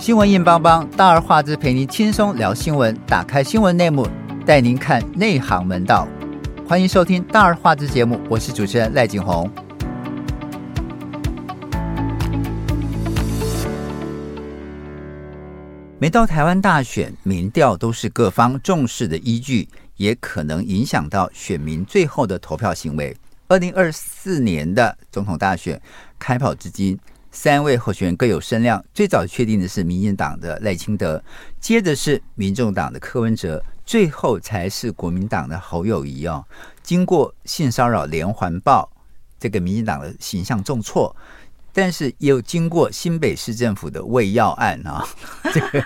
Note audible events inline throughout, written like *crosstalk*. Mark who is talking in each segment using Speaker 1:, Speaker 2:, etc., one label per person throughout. Speaker 1: 新闻硬邦邦，大而化之陪您轻松聊新闻，打开新闻内幕，带您看内行门道。欢迎收听大而化之节目，我是主持人赖景红。每到台湾大选，民调都是各方重视的依据，也可能影响到选民最后的投票行为。二零二四年的总统大选开跑至今，三位候选人各有声量。最早确定的是民进党的赖清德，接着是民众党的柯文哲，最后才是国民党的侯友谊哦。经过性骚扰连环报，这个民进党的形象重挫。但是也有经过新北市政府的喂药案啊， *laughs* 这个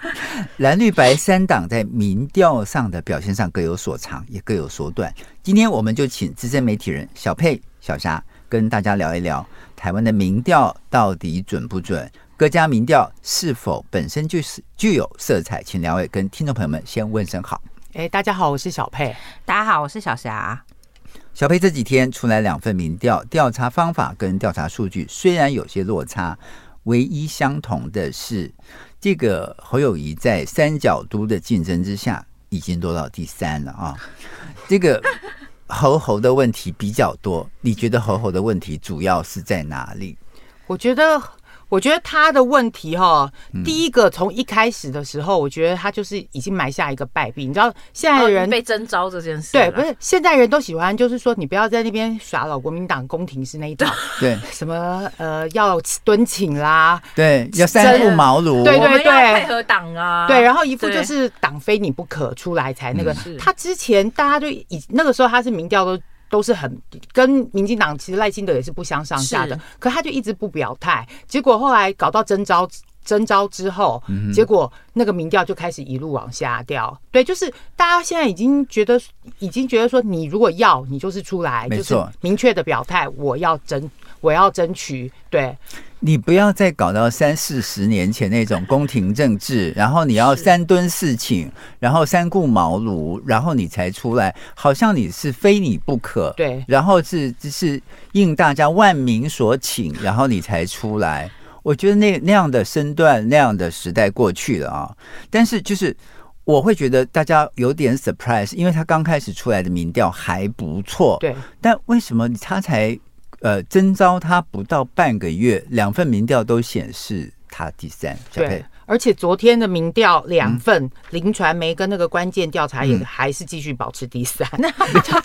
Speaker 1: 蓝绿白三党在民调上的表现上各有所长，也各有所短。今天我们就请资深媒体人小佩、小霞跟大家聊一聊台湾的民调到底准不准，各家民调是否本身就是具有色彩。请两位跟听众朋友们先问声好。
Speaker 2: 哎，大家好，我是小佩。
Speaker 3: 大家好，我是小霞。
Speaker 1: 小佩这几天出来两份民调，调查方法跟调查数据虽然有些落差，唯一相同的是，这个侯友谊在三角都的竞争之下已经落到第三了啊。这个侯侯的问题比较多，你觉得侯侯的问题主要是在哪里？
Speaker 2: 我觉得，我觉得他的问题哈，第一个从一开始的时候，我觉得他就是已经埋下一个败笔。你知道现在人、
Speaker 3: 哦被征召这件事，
Speaker 2: 对，
Speaker 3: 啊
Speaker 2: 不是现在人都喜欢，就是说你不要在那边耍老国民党宫廷式那一套，
Speaker 1: 对
Speaker 2: 什么呃要蹲请啦，
Speaker 1: 对，要三顾茅庐。
Speaker 2: 对
Speaker 3: 我们
Speaker 2: 对
Speaker 3: 要配合党啊，
Speaker 2: 对，然后一副就
Speaker 3: 对嗯
Speaker 2: 是党非你不可出来才那个
Speaker 3: 是。
Speaker 2: 他之前大家就以那个时候他是民调都。都是很跟民进党其实赖清德也是不相上下的
Speaker 3: 是，
Speaker 2: 可他就一直不表态，结果后来搞到征召征召之后，
Speaker 3: 嗯
Speaker 2: 结果那个民调就开始一路往下掉。对，就是大家现在已经觉得已经觉得说，你如果要你就是出来，
Speaker 1: 没
Speaker 2: 就是
Speaker 1: 错
Speaker 2: 明确的表态，我要争我要争取。对，
Speaker 1: 你不要再搞到三四十年前那种宫廷政治，然后你要三蹲四请，然后三顾茅庐，然后你才出来，好像你是非你不可，
Speaker 2: 对
Speaker 1: 然后是就是应大家万民所请，然后你才出来。我觉得那那样的身段，那样的时代过去了啊。但是就是我会觉得大家有点 surprise，因为他刚开始出来的民调还不错，
Speaker 2: 对，
Speaker 1: 但为什么他才呃征召他不到半个月，两份民调都显示他第三？小
Speaker 2: 对
Speaker 1: 佩，，
Speaker 2: 而且昨天的民调
Speaker 1: 嗯
Speaker 2: 两份，林传媒跟那个关键调查也还是继续保持第三，
Speaker 3: *laughs*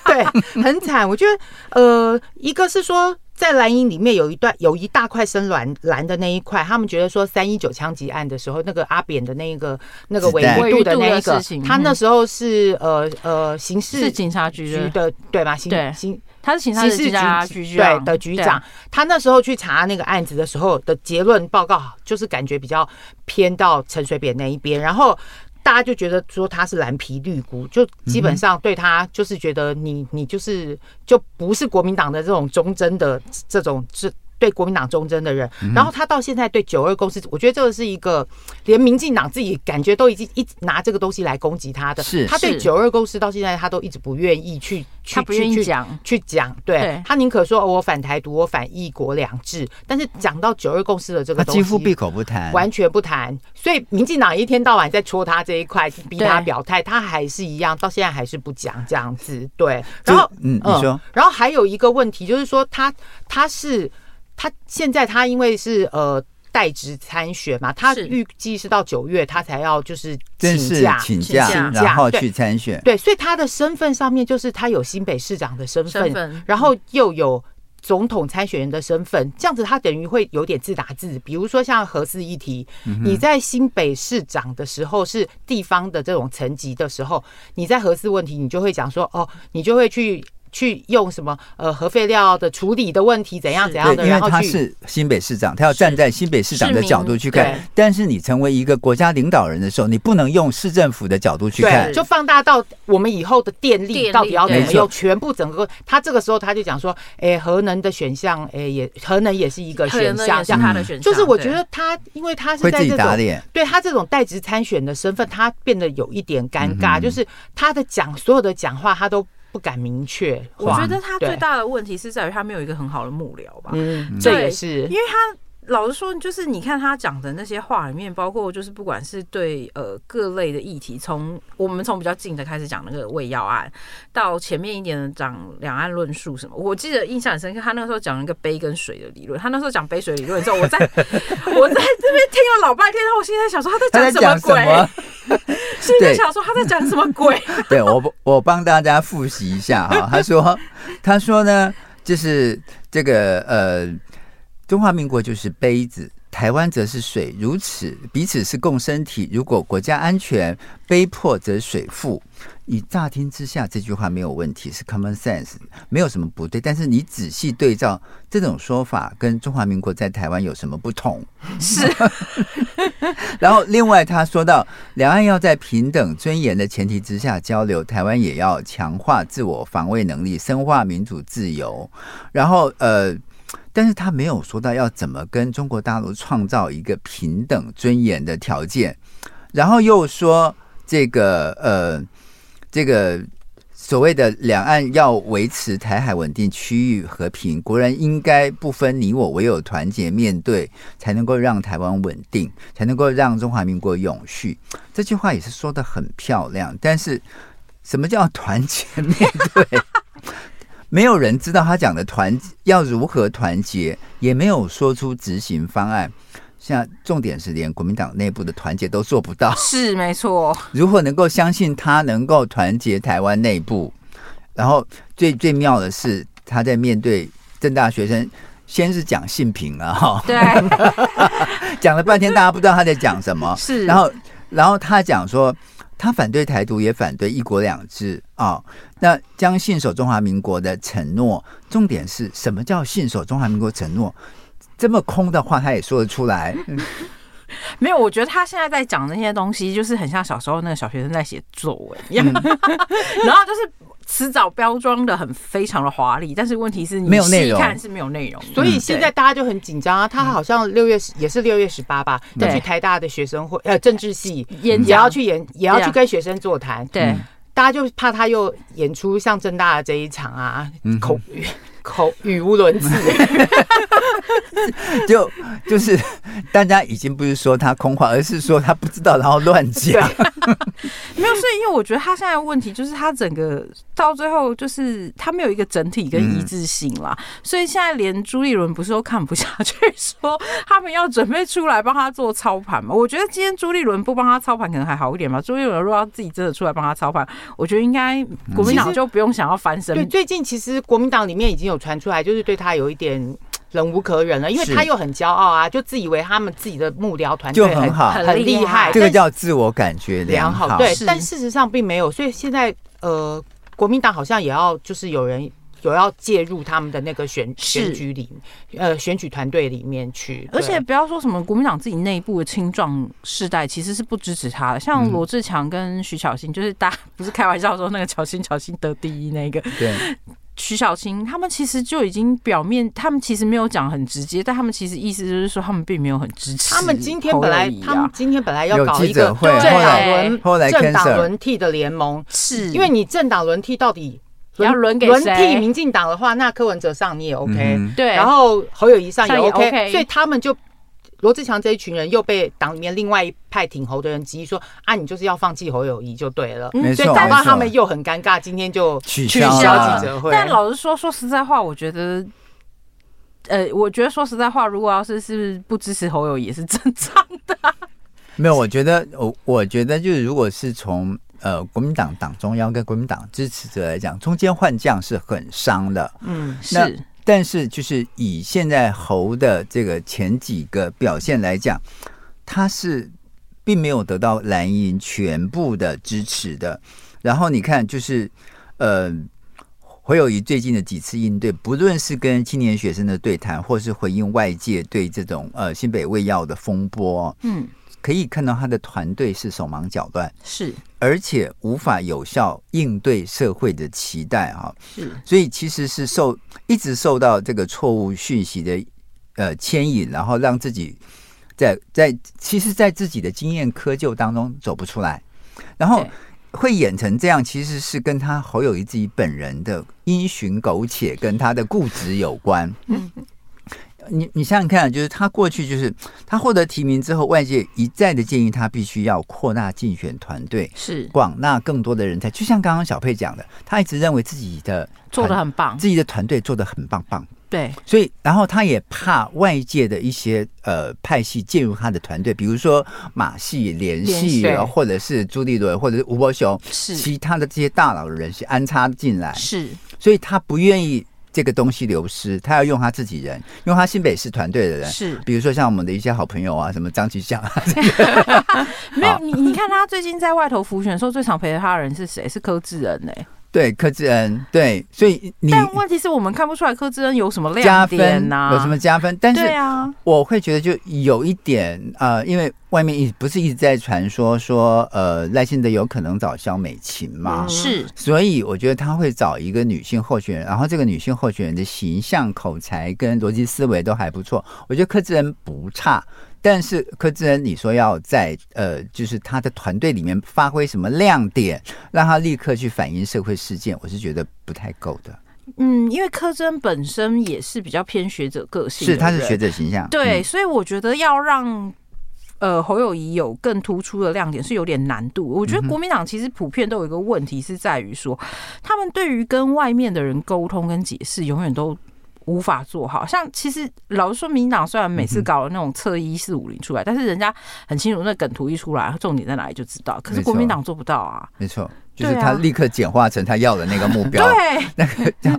Speaker 2: 对，很惨。我觉得，呃，一个是说。在蓝营里面有一段有一大块深蓝蓝的那一块，他们觉得说三一九枪击案的时候，那个阿扁的那个那个
Speaker 1: 子
Speaker 2: 维
Speaker 1: 弹
Speaker 2: 护的那
Speaker 3: 维
Speaker 2: 一
Speaker 3: 护度的
Speaker 2: 个
Speaker 3: 事情，
Speaker 2: 他那时候是呃呃刑
Speaker 3: 是
Speaker 2: 事
Speaker 3: 警察局
Speaker 2: 局
Speaker 3: 的，
Speaker 2: 的对吧？刑
Speaker 3: 对
Speaker 2: 刑
Speaker 3: 他是警察
Speaker 2: 刑
Speaker 3: 的
Speaker 2: 事
Speaker 3: 警察局
Speaker 2: 局对的局长，，他那时候去查那个案子的时候的结论报告，就是感觉比较偏到陈水扁那一边，然后。大家就觉得说他是蓝皮绿骨，就基
Speaker 3: 嗯
Speaker 2: 本上对他就是觉得你你就是就不是国民党的这种忠贞的这种是对国民党忠贞的人。
Speaker 3: 嗯
Speaker 2: 然后他到现在对九二共识，我觉得这个是一个连民进党自己感觉都已经一拿这个东西来攻击他的。
Speaker 1: 是
Speaker 2: 他对
Speaker 3: 是
Speaker 2: 九二共识到现在他都一直不愿意去去
Speaker 3: 他不愿意
Speaker 2: 去
Speaker 3: 讲，
Speaker 2: 去讲，对
Speaker 3: 对
Speaker 2: 他宁可说、哦我反台独，我反一国两制，但是讲到九二共识的这
Speaker 1: 他
Speaker 2: 个东西，
Speaker 1: 几乎闭口不谈。
Speaker 2: 完全不谈。所以民进党一天到晚在戳他这一块，逼他
Speaker 3: 对
Speaker 2: 表态，他还是一样，到现在还是不讲这样子。对，
Speaker 1: 就
Speaker 2: 然后
Speaker 1: 嗯你说
Speaker 2: 然后还有一个问题就是说他他是他现在他因为是呃。代职参选嘛，他
Speaker 3: 是
Speaker 2: 预计是到九月，他才要就是
Speaker 1: 正
Speaker 2: 请
Speaker 1: 式
Speaker 2: 假，
Speaker 1: 请
Speaker 3: 请
Speaker 1: 假，
Speaker 3: 假
Speaker 1: 然后
Speaker 2: 对
Speaker 1: 去参选。
Speaker 2: 对，所以他的身份上面就是他有新北市长的身份，
Speaker 3: 身份嗯
Speaker 2: 然后又有总统参选人的身份，这样子他等于会有点自打自。比如说像核四议题，
Speaker 1: 嗯
Speaker 2: 你在新北市长的时候是地方的这种层级的时候，你在核四问题，你就会讲说哦，你就会去。去用什么呃核废料的处理的问题怎样
Speaker 3: 是
Speaker 2: 怎样的，
Speaker 1: 因为
Speaker 2: 然后
Speaker 1: 他
Speaker 2: 去
Speaker 1: 是新北市长，他要站在新北市长的角度去
Speaker 3: 市
Speaker 1: 看
Speaker 3: 民对。
Speaker 1: 但是你成为一个国家领导人的时候，你不能用市政府的角度去看
Speaker 2: 对，。就放大到我们以后的电
Speaker 3: 电
Speaker 2: 力
Speaker 3: 力
Speaker 2: 到底要怎
Speaker 1: 对
Speaker 2: 么
Speaker 1: 没错
Speaker 2: 用，全部整个他这个时候他就讲说，哎，核能的选项，哎，也核能也是一个
Speaker 3: 可能
Speaker 2: 选项，这
Speaker 3: 是
Speaker 2: 样
Speaker 3: 他的选项，
Speaker 2: 就是我
Speaker 3: 对
Speaker 2: 觉得他，因为他是
Speaker 1: 会
Speaker 2: 在
Speaker 1: 自己
Speaker 2: 这
Speaker 1: 打
Speaker 2: 种
Speaker 1: 脸
Speaker 2: 对他这种代职参选的身份，他变得有一点尴
Speaker 1: 嗯
Speaker 2: 尬，就是他的讲所有的讲话他都不敢明确化，
Speaker 3: 我觉得他
Speaker 2: 对
Speaker 3: 最大的问题是在于他没有一个很好的幕僚吧，
Speaker 2: 嗯，
Speaker 3: 对
Speaker 2: 这也是
Speaker 3: 因为他老实说，就是你看他讲的那些话里面，包括就是不管是对呃各类的议题，从我们从比较近的开始讲那个胃药案，到前面一点的讲两岸论述什么，我记得印象很深刻。他那个时候讲了一个杯跟水的理论，他那时候讲杯水理论之后，
Speaker 1: *laughs*
Speaker 3: 我在我在这边听了老半天，然后我心里在想说他
Speaker 1: 他
Speaker 3: 在
Speaker 1: 在
Speaker 3: 讲
Speaker 1: 讲什
Speaker 3: 什么鬼
Speaker 1: 么？？
Speaker 3: *laughs* 心里在
Speaker 1: 对
Speaker 3: 想说他在讲什么鬼？
Speaker 1: *laughs* 对我我帮大家复习一下哈，他说他说呢，就是这个呃，中华民国就是杯子。台湾则是水，如此彼此是共生体。如果国家安全被迫，则水富。你乍听之下这句话没有问题，是 common sense，没有什么不对。但是你仔细对照这种说法跟中华民国在台湾有什么不同？ *laughs* 然后另外他说到，两岸要在平等尊严的前提之下交流，台湾也要强化自我防卫能力，深化民主自由。然后呃，但是他没有说到要怎么跟中国大陆创造一个平等尊严的条件。然后又说这个呃，这个所谓的两岸要维持台海稳定、区域和平，国人应该不分你我，唯有团结面对，才能够让台湾稳定，才能够让中华民国永续。这句话也是说的很漂亮，但是什么叫团结面对？没有人知道他讲的团要如何团结，也没有说出执行方案。现在重点是连国民党内部的团结都做不到。
Speaker 3: *laughs* 是没错，
Speaker 1: 如何能够相信他能够团结台湾内部？然后最最妙的是，他在面对正大学生，先是讲性平啊，哈， *laughs*
Speaker 3: 对，
Speaker 1: 讲了半天，大家不知道他在讲什么。
Speaker 3: 是。
Speaker 1: 然后，然后他讲说，他反对台独，也反对一国两制啊、那将信守中华民国的承诺，重点是什么叫信守中华民国承诺？这么空的话，他也说得出
Speaker 2: *laughs*
Speaker 1: 来。 *laughs*
Speaker 3: 没有，我觉得他现在在讲那些东西，就是很像小时候那个小学生在写作文一样， *laughs* 然后就是辞藻包装的很非常的华丽，但是问题是你
Speaker 1: 没有内容
Speaker 3: 细看是没有内容的，
Speaker 2: 所以现在大家就很紧张啊，他
Speaker 1: 嗯
Speaker 2: 好像六月也是六月十八吧，
Speaker 3: 对
Speaker 2: 要去台大的学生会呃政治系
Speaker 3: 演
Speaker 2: 也要去演，也要
Speaker 3: 对
Speaker 2: 去
Speaker 3: 啊
Speaker 2: 跟学生座谈，
Speaker 3: 嗯对
Speaker 1: 嗯
Speaker 2: 大家就怕他又演出像正大的这一场啊，
Speaker 1: 嗯
Speaker 2: 口语口语无伦
Speaker 3: *laughs*
Speaker 2: 次，
Speaker 1: 就就是大家已经不是说他空话，而是说他不知道，然后乱
Speaker 2: *laughs*
Speaker 1: 讲。
Speaker 3: 没有，所以因为我觉得他现在的问题就是他整个到最后就是他没有一个整体跟一致性啦，所以现在连朱立伦不是都看不下去， *laughs* 说他们要准备出来帮他做操盘嘛？我觉得今天朱立伦不帮他操盘可能还好一点吧，朱立伦如果要自己真的出来帮他操盘，我觉得应该国民
Speaker 2: 其
Speaker 3: 党
Speaker 2: 实
Speaker 3: 就不用想要翻身
Speaker 2: 对，，最近其实国民党里面已经有传出来，就是对他有一点。忍无可忍了，因为
Speaker 1: 是
Speaker 2: 他又很骄傲啊，就自以为他们自己的幕僚团队
Speaker 1: 就很好
Speaker 2: 很厉害，
Speaker 1: 这个
Speaker 2: 但
Speaker 1: 叫自我感觉良
Speaker 2: 良
Speaker 1: 好。
Speaker 2: 好，对
Speaker 3: 是，
Speaker 2: 但事实上并没有，所以现在呃，国民党好像也要就是有人有要介入他们的那个选
Speaker 3: 是
Speaker 2: 选举里，呃，选举团队里面去，
Speaker 3: 而
Speaker 2: 对
Speaker 3: 且不要说什么国民党自己内部的青壮世代其实是不支持他的，像罗志强跟徐巧芯，就是大家不是开玩笑说那个巧芯巧芯得第一那个，
Speaker 1: 对，
Speaker 3: 徐小青他们其实就已经表面，他们其实没有讲很直接，但他们其实意思就是说他们并没有很支持侯友宜啊。
Speaker 2: 他们今天本来他们今天本来要
Speaker 1: 有
Speaker 2: 搞
Speaker 1: 记
Speaker 2: 一
Speaker 1: 者
Speaker 2: 个
Speaker 1: 会
Speaker 2: 政党
Speaker 3: 后来
Speaker 2: 轮
Speaker 1: 后来
Speaker 2: 政党
Speaker 1: cancel
Speaker 2: 轮替的联盟，
Speaker 3: 是
Speaker 2: 因为你政党轮替到底
Speaker 3: 要轮给
Speaker 2: 轮
Speaker 3: 谁
Speaker 2: 替民进党的话，那柯文哲上你也 OK，、
Speaker 1: 嗯
Speaker 3: 对，
Speaker 2: 然后侯友谊上也
Speaker 3: 上也
Speaker 2: OK，,
Speaker 3: OK
Speaker 2: 所以他们就罗志强这一群人又被党里面另外一派挺侯的人质疑说啊，你就是要放弃侯友谊嗯就对了。
Speaker 1: 嗯没
Speaker 2: 所
Speaker 1: 错，
Speaker 2: 以搞
Speaker 1: 没
Speaker 2: 不好
Speaker 1: 错
Speaker 2: 他们又很尴尬，今天就
Speaker 1: 取
Speaker 2: 取
Speaker 1: 消
Speaker 2: 消
Speaker 1: 了
Speaker 2: 记者会。
Speaker 3: 但老实说，说实在话，我觉得。呃，我觉得说实在话，如果要是是不支持侯友宜也是正
Speaker 2: *laughs*
Speaker 3: 常的，
Speaker 1: 没有，我觉得我我觉得就是，如果是从呃国民党党中央跟国民党支持者来讲，中间换将是很伤的。
Speaker 2: 嗯，
Speaker 1: 那
Speaker 3: 是
Speaker 1: 但是就是以现在侯的这个前几个表现来讲，他是并没有得到蓝营全部的支持的。然后你看，就是呃，侯友谊最近的几次应对，不论是跟青年学生的对谈，或是回应外界对这种呃新北卫药的风波，
Speaker 3: 嗯，
Speaker 1: 可以看到他的团队是手忙脚乱，
Speaker 3: 是
Speaker 1: 而且无法有效应对社会的期待啊。
Speaker 3: 是，
Speaker 1: 所以其实是受一直受到这个错误讯息的呃牵引，然后让自己在在其实，在自己的经验窠臼当中走不出来，然后
Speaker 3: 对
Speaker 1: 会演成这样，其实是跟他侯友谊自己本人的因循苟且跟他的固执有关。你你想想看，啊就是他过去就是他获得提名之后，外界一再的建议他必须要扩大竞选团队，
Speaker 3: 是
Speaker 1: 广纳更多的人才。就像刚刚小佩讲的，他一直认为自己的
Speaker 3: 做的
Speaker 1: 团
Speaker 3: 很棒，
Speaker 1: 自己的团队做的很棒棒，
Speaker 3: 对，
Speaker 1: 所以，然后他也怕外界的一些呃派系介入他的团队，比如说马系、联
Speaker 2: 联
Speaker 1: 系
Speaker 2: 系，
Speaker 1: 或者是朱立伦，或者是吴伯雄，
Speaker 3: 是
Speaker 1: 其他的这些大佬的人是安插进来，
Speaker 3: 是
Speaker 1: 所以他不愿意这个东西流失，他要用他自己人，用他新北市团队的人，
Speaker 3: 是，
Speaker 1: 比如说像我们的一些好朋友啊，什么张其祥啊，
Speaker 3: 没有你你看他最近在外头浮选的时候，最常陪着他的人是谁？是柯志恩呢、欸
Speaker 1: 对柯志恩，对，所以你
Speaker 3: 但问题是我们看不出来柯志恩有什么
Speaker 1: 加
Speaker 3: 亮点
Speaker 1: 分、
Speaker 3: 呐、
Speaker 1: 有什么加分？但是
Speaker 3: 对啊，
Speaker 1: 我会觉得就有一点呃，因为外面一不是一直在传说说呃赖幸德有可能找肖美琴嘛，
Speaker 2: 嗯
Speaker 3: 是
Speaker 1: 所以我觉得他会找一个女性候选人，然后这个女性候选人的形象、口才跟逻辑思维都还不错，我觉得柯志恩不差。但是柯志恩，你说要在呃，就是他的团队里面发挥什么亮点，让他立刻去反映社会事件，我是觉得不太够的。
Speaker 3: 嗯，因为柯志恩本身也是比较偏学者个性的
Speaker 1: 是，
Speaker 3: 人，
Speaker 1: 他是学者形象，
Speaker 3: 对，
Speaker 1: 嗯
Speaker 3: 所以我觉得要让。呃，侯友谊有更突出的亮点是有点难度。我
Speaker 1: 嗯
Speaker 3: 觉得国民党其实普遍都有一个问题是在于说，他们对于跟外面的人沟通跟解释永远都无法做好。像其实老实说，民进党虽然每
Speaker 1: 嗯
Speaker 3: 次搞了那种测一四五零出来，但是人家很清楚那梗图一出来，重点在哪里就知道。可是
Speaker 1: 没错
Speaker 3: 国民党做不到啊。
Speaker 1: 没错，就是
Speaker 3: 对啊
Speaker 1: 他立刻简化成他要的那个目标。
Speaker 3: 对，啊
Speaker 1: 那个叫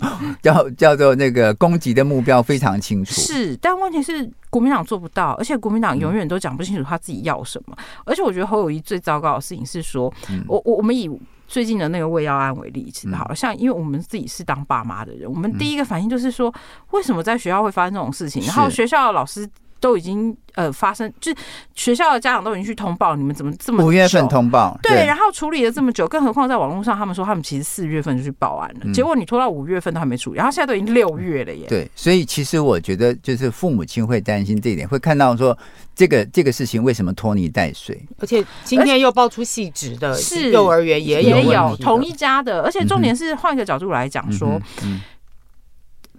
Speaker 1: 叫叫做那个攻击的目标非常清楚，
Speaker 3: 是，但问题是国民党做不到，而且国民
Speaker 1: 嗯
Speaker 3: 党永远都讲不清楚他自己要什么。而且我觉得侯友谊最糟糕的事情是说，
Speaker 1: 嗯
Speaker 3: 我我我们以最近的那个胃药案为例子，好了像因为我们自己是当爸妈的人，我们第一个反应就是说，为什么在学校会发生这种事情？然后
Speaker 1: 嗯是
Speaker 3: 学校的老师。都已经呃发生，就是学校的家长都已经去通报，你们怎么这么
Speaker 1: 五月
Speaker 3: 久
Speaker 1: 份通报，
Speaker 3: 对，然后处理了这么久，更何况在网络上，他们说他们其实四月份就去报案了，
Speaker 1: 嗯
Speaker 3: 结果你拖到五月份都还没处理，然后现在都已经六月了耶。
Speaker 1: 对，所以其实我觉得就是父母亲会担心这一点，会看到说这个这个事情为什么拖泥带水，
Speaker 2: 而且今天又爆出细致的，
Speaker 3: 是
Speaker 2: 幼儿园也
Speaker 3: 也
Speaker 2: 有
Speaker 3: 有
Speaker 2: 问题的嗯
Speaker 3: 同一家的，而且重点是换一个角度来讲说。
Speaker 1: 嗯哼嗯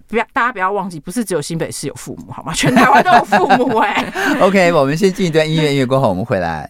Speaker 3: 不要，大家不要忘记，不是只有新北市有父母，好吗？全台湾都有父
Speaker 2: *laughs*
Speaker 3: 母哎、
Speaker 1: OK，我们先进一段音乐，音乐过后我们回来。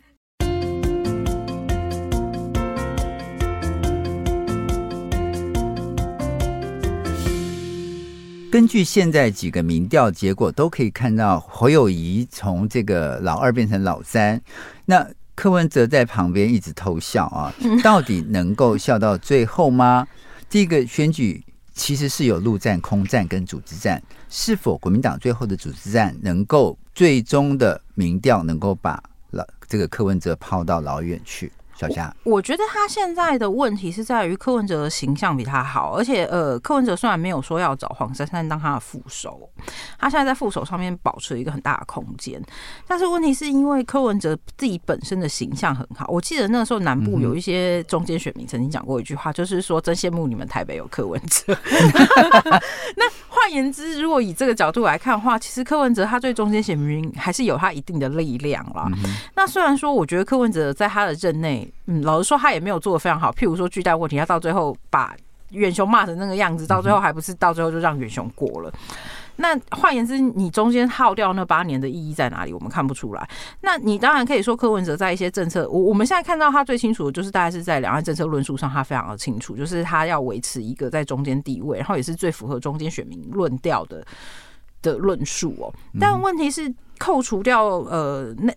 Speaker 1: 根据现在几个民调结果，都可以看到侯友谊从这个老二变成老三，那柯文哲在旁边一直偷笑啊，到底能够笑到最后吗？这个选举其实是有陆战、空战跟组织战，是否国民党最后的组织战能够最终的民调能够把老这个柯文哲抛到老远去？小夏，
Speaker 3: 我觉得他现在的问题是在于柯文哲的形象比他好，而且呃，柯文哲虽然没有说要找黄珊珊当他的副手，他现在在副手上面保持一个很大的空间。但是问题是因为柯文哲自己本身的形象很好，我记得那个时候南部有一些中间选民曾经讲过一句话，就是说真羡慕你们台北有柯文哲。 *laughs* 那换言之，如果以这个角度来看的话，其实柯文哲他对中间选民还是有他一定的力量啦。那虽然说，我觉得柯文哲在他的任内，嗯，老实说，他也没有做的非常好。譬如说巨蛋问题，他到最后把远雄骂成那个样子，到最后还不是到最后就让远雄过了。那换言之，你中间耗掉那八年的意义在哪里？我们看不出来。那你当然可以说柯文哲在一些政策，我我们现在看到他最清楚的就是大概是在两岸政策论述上，他非常的清楚，就是他要维持一个在中间地位，然后也是最符合中间选民论调的的论述哦。但问题是，扣除掉呃那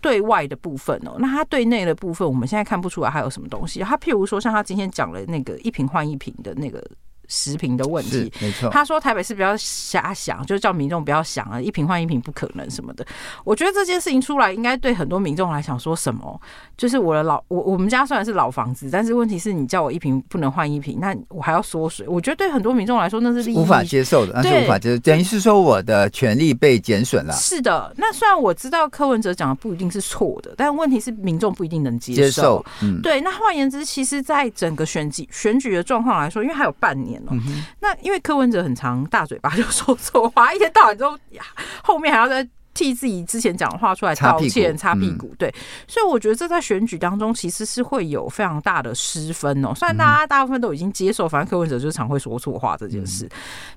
Speaker 3: 对外的部分哦，那他对内的部分，我们现在看不出来还有什么东西。他譬如说，像他今天讲了那个一瓶换一瓶的那个食品的问题
Speaker 1: 是，没错，
Speaker 3: 他说台北市不要瞎想，就是叫民众不要想啊，一瓶换一瓶不可能什么的。我觉得这件事情出来，应该对很多民众来讲说什么，就是我的老我我们家虽然是老房子，但是问题是你叫我一瓶不能换一瓶，那我还要缩水。我觉得对很多民众来说那是利益
Speaker 1: 无法接受的，那
Speaker 3: 对
Speaker 1: 是无法接受，等于是说我的权利被减损了，
Speaker 3: 是的，那虽然我知道柯文哲讲的不一定是错的，但问题是民众不一定能接受。
Speaker 1: 接受，嗯，
Speaker 3: 对，那换言之，其实，在整个选举选举的状况来说，因为还有半年
Speaker 1: 嗯
Speaker 3: 哦、那因为柯文哲很常大嘴巴就说错话，一天到晚都呀后面还要再替自己之前讲的话出来
Speaker 1: 擦
Speaker 3: 道
Speaker 1: 屁股
Speaker 3: 歉、擦屁
Speaker 1: 嗯
Speaker 3: 股。对，所以我觉得这在选举当中其实是会有非常大的
Speaker 1: 嗯嗯
Speaker 3: 失分哦、虽然大家大部分都已经接受，反正柯文哲就是常会说错话这件事，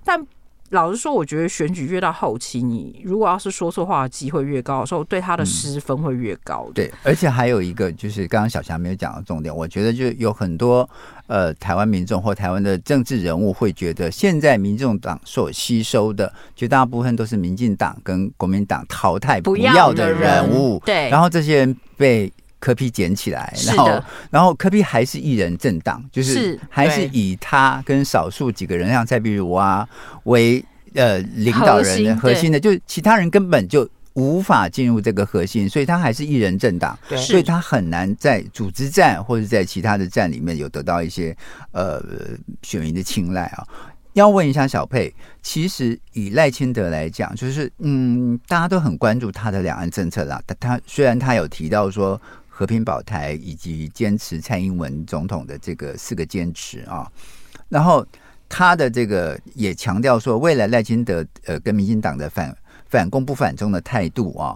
Speaker 3: 但。老实说，我觉得选举越到后期，你如果要是说错话的机会越高的时候，对他的失分会越高的。
Speaker 1: 嗯对，而且还有一个就是刚刚小霞没有讲到重点，我觉得就有很多呃台湾民众或台湾的政治人物会觉得，现在民众党所吸收的绝大部分都是民进党跟国民党淘汰
Speaker 3: 不
Speaker 1: 不
Speaker 3: 要
Speaker 1: 要
Speaker 3: 的
Speaker 1: 的
Speaker 3: 人
Speaker 1: 人物，
Speaker 3: 对
Speaker 1: 然后这些人被。柯批捡起来，
Speaker 3: 是
Speaker 1: 然后
Speaker 3: 的，
Speaker 1: 然后柯批还是一人政党，就是
Speaker 3: 是
Speaker 1: 还是
Speaker 2: 对
Speaker 1: 以他跟少数几个人，像蔡壁如啊为呃领导
Speaker 3: 核
Speaker 1: 人
Speaker 3: 心
Speaker 1: 的核
Speaker 3: 对
Speaker 1: 心的，就是其他人根本就无法进入这个核心，所以他还是一人政党。
Speaker 2: 对
Speaker 1: 所以他很难在组织战或者在其他的战里面有得到一些呃选民的青睐啊。要问一下小佩，其实以赖清德来讲，就是嗯，大家都很关注他的两岸政策啦。但他虽然他有提到说和平保台以及坚持蔡英文总统的这个四个坚持啊，然后他的这个也强调说，未来赖清德呃跟民进党的反反共不反中的态度啊，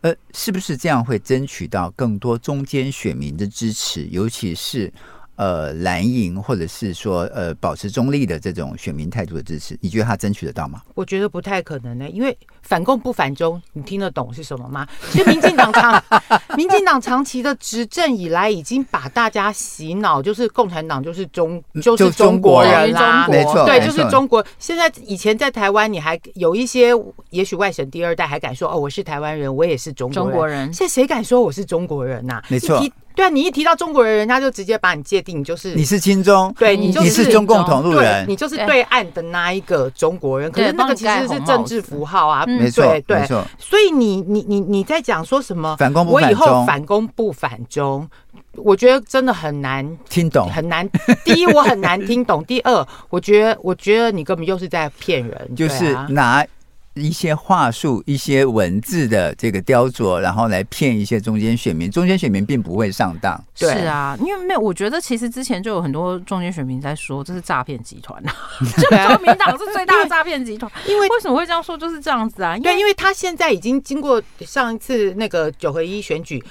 Speaker 1: 呃，是不是这样会争取到更多中间选民的支持，尤其是呃蓝营或者是说呃保持中立的这种选民态度的支持？你觉得他争取得到吗？
Speaker 2: 我觉得不太可能呢、因为反共不反中，你听得懂是什么吗？其实民进党长， *laughs* 民进党长期的执政以来，已经把大家洗脑，就是共产党就是中就是
Speaker 1: 嗯就
Speaker 2: 中
Speaker 1: 中
Speaker 2: 国
Speaker 1: 国
Speaker 2: 人啦
Speaker 3: 中国，
Speaker 1: 没错，
Speaker 2: 对，
Speaker 1: 没
Speaker 2: 就
Speaker 1: 错
Speaker 2: 是中国。现在以前在台湾，你还有一些，也许外省第二代还敢说哦，我是台湾人，我也是中国人。
Speaker 3: 中国人
Speaker 2: 现在谁敢说我是中国人呐、
Speaker 1: 没错
Speaker 2: 一提对啊，你一提到中国人，人家就直接把你界定你就是
Speaker 1: 你是亲中，
Speaker 2: 对你就
Speaker 1: 你是中共同路
Speaker 2: 对，
Speaker 1: 人
Speaker 2: 你，就是
Speaker 3: 对
Speaker 2: 对岸的那一个中国人，可
Speaker 3: 对
Speaker 2: 是那
Speaker 3: 帮
Speaker 2: 个
Speaker 3: 你
Speaker 2: 其实
Speaker 3: 盖
Speaker 2: 是
Speaker 3: 红帽
Speaker 2: 政治
Speaker 3: 子
Speaker 2: 符号啊，
Speaker 3: 嗯
Speaker 1: 没错
Speaker 2: 对，对
Speaker 1: 没错，
Speaker 2: 所以你你你你在讲说什么？
Speaker 1: 反攻不
Speaker 2: 我以
Speaker 1: 反
Speaker 2: 后
Speaker 1: 中，
Speaker 2: 反攻不反中，我觉得真的很难
Speaker 1: 听懂。
Speaker 2: 很难。 *laughs* 第一，我很难听懂；第二，我觉得我觉得你根本又是在骗人，
Speaker 1: 就
Speaker 2: 对
Speaker 1: 是
Speaker 2: 啊
Speaker 1: 拿一些话术、一些文字的这个雕琢，然后来骗一些中间选民。中间选民并不会上当，
Speaker 2: 对
Speaker 3: 是啊，因为没有，我觉得其实之前就有很多中间选民在说这是诈骗集团，啊 *laughs* 就国民党是最大的诈骗集 *laughs* 团。
Speaker 2: 因为。
Speaker 3: 为什么会这样说？就是这样子啊，因
Speaker 2: 对，
Speaker 3: 为
Speaker 2: 因为他现在已经经过上一次那个九合一选举，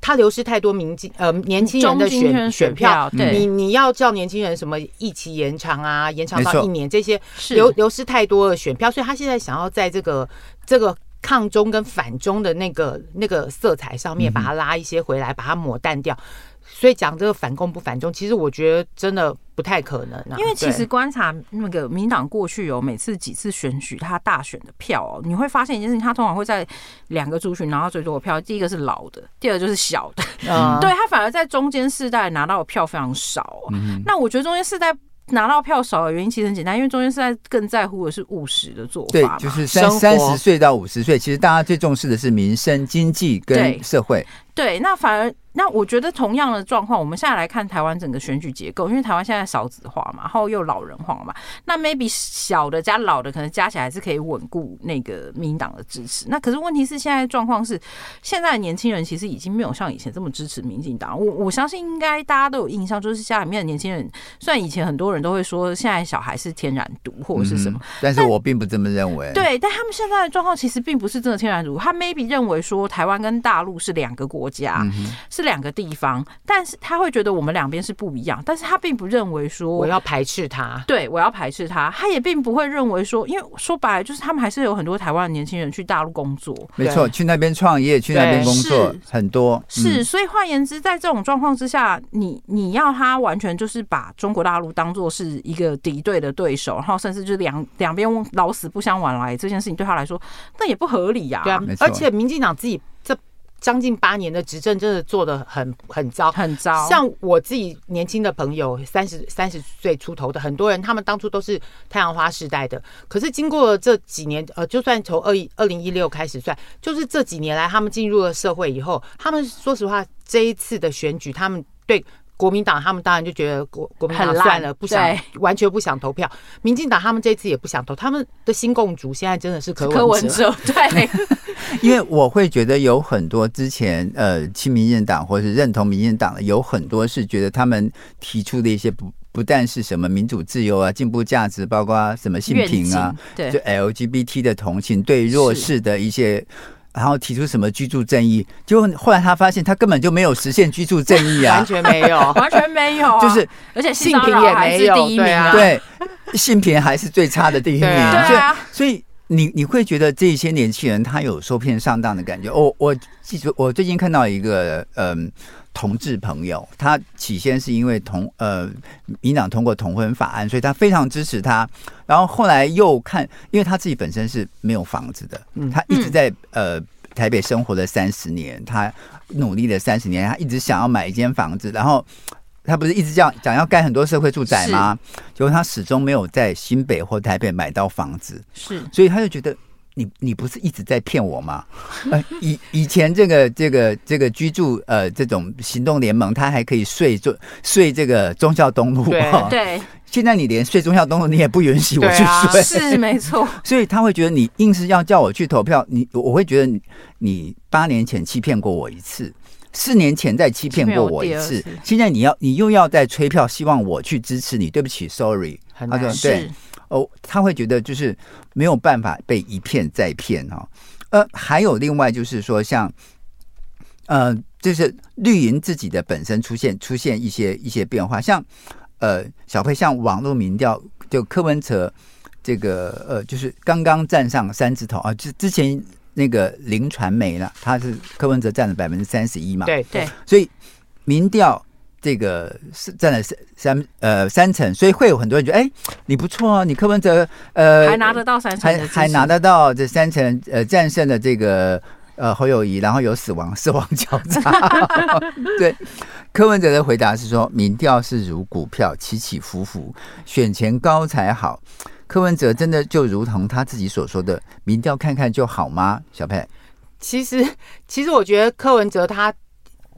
Speaker 2: 他流失太多民进呃年轻人
Speaker 3: 中
Speaker 2: 的
Speaker 3: 间
Speaker 2: 选
Speaker 3: 圈
Speaker 2: 选
Speaker 3: 选
Speaker 2: 票，
Speaker 3: 票，对
Speaker 2: 你，你要叫年轻人什么一期延长啊，延长
Speaker 1: 没
Speaker 2: 到
Speaker 1: 错
Speaker 2: 一年，这些
Speaker 3: 是
Speaker 2: 流流失太多的选票，所以他现在想要在这个这个抗中跟反中的那个那个色彩上
Speaker 1: 嗯
Speaker 2: 面，把它拉一些回来，把它抹淡掉。所以讲这个反共不反中，其实我觉得真的不太可能啊，
Speaker 3: 因为其实
Speaker 2: 对
Speaker 3: 观察那个民党过去有每次几次选举，他大选的票哦，你会发现一件事情，他通常会在两个族群拿到最多的票，第一个是老的，第二个就是小的，
Speaker 2: 呃
Speaker 3: 对他反而在中间世代拿到的票非常少哦、那我觉得中间世代。拿到票少的原因其实很简单，因为中间世代更在乎的是务实的做
Speaker 1: 对
Speaker 3: 法嘛，
Speaker 1: 就是三
Speaker 2: 生活
Speaker 1: 三十岁到五十岁，其实大家最重视的是民生、经济
Speaker 3: 对
Speaker 1: 跟社会。
Speaker 3: 对，那反而那我觉得同样的状况，我们现在来看台湾整个选举结构，因为台湾现在少子化嘛，然后又老人化嘛，那 maybe 小的加老的可能加起来是可以稳固那个民进党的支持。那可是问题是现在状况是，现在的年轻人其实已经没有像以前这么支持民进党。我我相信应该大家都有印象，就是家里面的年轻人，虽然以前很多人都会说现在小孩是天然毒或者是什么，
Speaker 1: 嗯但是我并不这么认为。，
Speaker 3: 对，但他们现在的状况其实并不是真的天然如，他 maybe 认为说台湾跟大陆是两个国家，
Speaker 2: 嗯
Speaker 3: 是两个地方，但是他会觉得我们两边是不一样，但是他并不认为说
Speaker 2: 我要排斥他，
Speaker 3: 对我要排斥他，他也并不会认为说，因为说白了就是他们还是有很多台湾的年轻人去大陆工作，
Speaker 1: 没错，去那边创业，去那边
Speaker 2: 对
Speaker 1: 工作
Speaker 3: 是
Speaker 1: 很多。
Speaker 3: 是，
Speaker 1: 嗯
Speaker 3: 所以换言之，在这种状况之下，你你要他完全就是把中国大陆当做是一个敌对的对手，然后甚至就是两两边老死不相往来这件事情，对他来说那也不合理呀、
Speaker 2: 对啊
Speaker 1: 没，错
Speaker 2: 而且民进党自己这将近八年的执政真的做的很很糟，
Speaker 3: 很糟。
Speaker 2: 像我自己年轻的朋友，三十三十岁出头的很多人，他们当初都是太阳花时代的，可是经过了这几年，呃，就算从二一二零一六开始算，就是这几年来他们进入了社会以后，他们说实话，这一次的选举，他们对。国民党他们当然就觉得国国民党
Speaker 3: 很烂
Speaker 2: 算了，不想
Speaker 3: 对
Speaker 2: 完全不想投票。民进党他们这次也不想投，他们的新共主现在真的是柯
Speaker 3: 柯文
Speaker 2: 哲，
Speaker 3: 哲 *laughs* 对，
Speaker 1: 因为我会觉得有很多之前呃亲民进党或是认同民进党的，有很多是觉得他们提出的一些不不但是什么民主自由啊、进步价值，包括什么性
Speaker 3: 愿
Speaker 1: 平啊
Speaker 3: 景，对
Speaker 1: 就 LGBT 的同情对弱
Speaker 3: 是
Speaker 1: 势的一些然后提出什么居住正义，结果后来他发现他根本就没有实现居住正义啊
Speaker 2: *laughs* 完，全没
Speaker 3: *laughs*
Speaker 2: 有。
Speaker 3: 完全没有、
Speaker 1: *laughs*
Speaker 3: 啊，
Speaker 1: 就是
Speaker 3: 而且
Speaker 2: 性平也没有
Speaker 3: 性骚扰还是第一名啊，
Speaker 1: 对，性平还是最差的第一名，
Speaker 2: 对啊
Speaker 3: 对啊
Speaker 1: 所以所以你你会觉得这些年轻人他有受骗上当的感觉。我我记住，我最近看到一个嗯。同志朋友，他起先是因为同呃民党通过同婚法案，所以他非常支持他。然后后来又看，因为他自己本身是没有房子的，他一直在呃台北生活了三十年，他努力了三十年，他一直想要买一间房子，然后。他不是一直讲讲要盖很多社会住宅吗？结果他始终没有在新北或台北买到房子，
Speaker 3: 是
Speaker 1: 所以他就觉得你你不是一直在骗我吗？ *laughs* 呃，以以前这个这个这个居住呃这种行动联盟，他还可以睡中睡这个忠孝东路，
Speaker 2: 对
Speaker 1: 哦
Speaker 3: 对，
Speaker 1: 现在你连睡忠孝东路你也不允许我去
Speaker 2: 对啊
Speaker 1: 睡，
Speaker 3: 是没错，
Speaker 1: *laughs* 所以他会觉得你硬是要叫我去投票，你我会觉得你你八年前欺骗过我一次，四年前再欺骗过我一
Speaker 3: 欺
Speaker 1: 次
Speaker 3: 骗我第二次，
Speaker 1: 现在你要你又要再催票，希望我去支持你，对不起，sorry，
Speaker 2: 很
Speaker 1: 他
Speaker 2: 难
Speaker 1: 说对
Speaker 3: 是，
Speaker 1: 哦，他会觉得就是没有办法被一骗再骗哈、哦。呃，还有另外就是说像，呃，就是绿营自己的本身出现出现一些一些变化，像呃小佩像网络民调，就柯文哲这个呃就是刚刚站上三字头啊，之之前那个林传媒了，他是柯文哲占了百分之三十一嘛，
Speaker 2: 对
Speaker 3: 对，
Speaker 1: 所以民调这个是占了三三呃三成，所以会有很多人觉得，哎，你不错哦，你柯文哲呃
Speaker 3: 还拿得到三成的
Speaker 1: 还
Speaker 3: 支持
Speaker 1: 还拿得到这三成呃战胜了这个呃侯友谊，然后有死亡 *laughs* 死亡交
Speaker 3: *laughs*
Speaker 1: 叉。对，柯文哲的回答是说，民调是如股票起起伏伏，选前高才好。柯文哲真的就如同他自己所说的，民调看看就好吗？小佩，
Speaker 2: 其实，其实我觉得柯文哲他，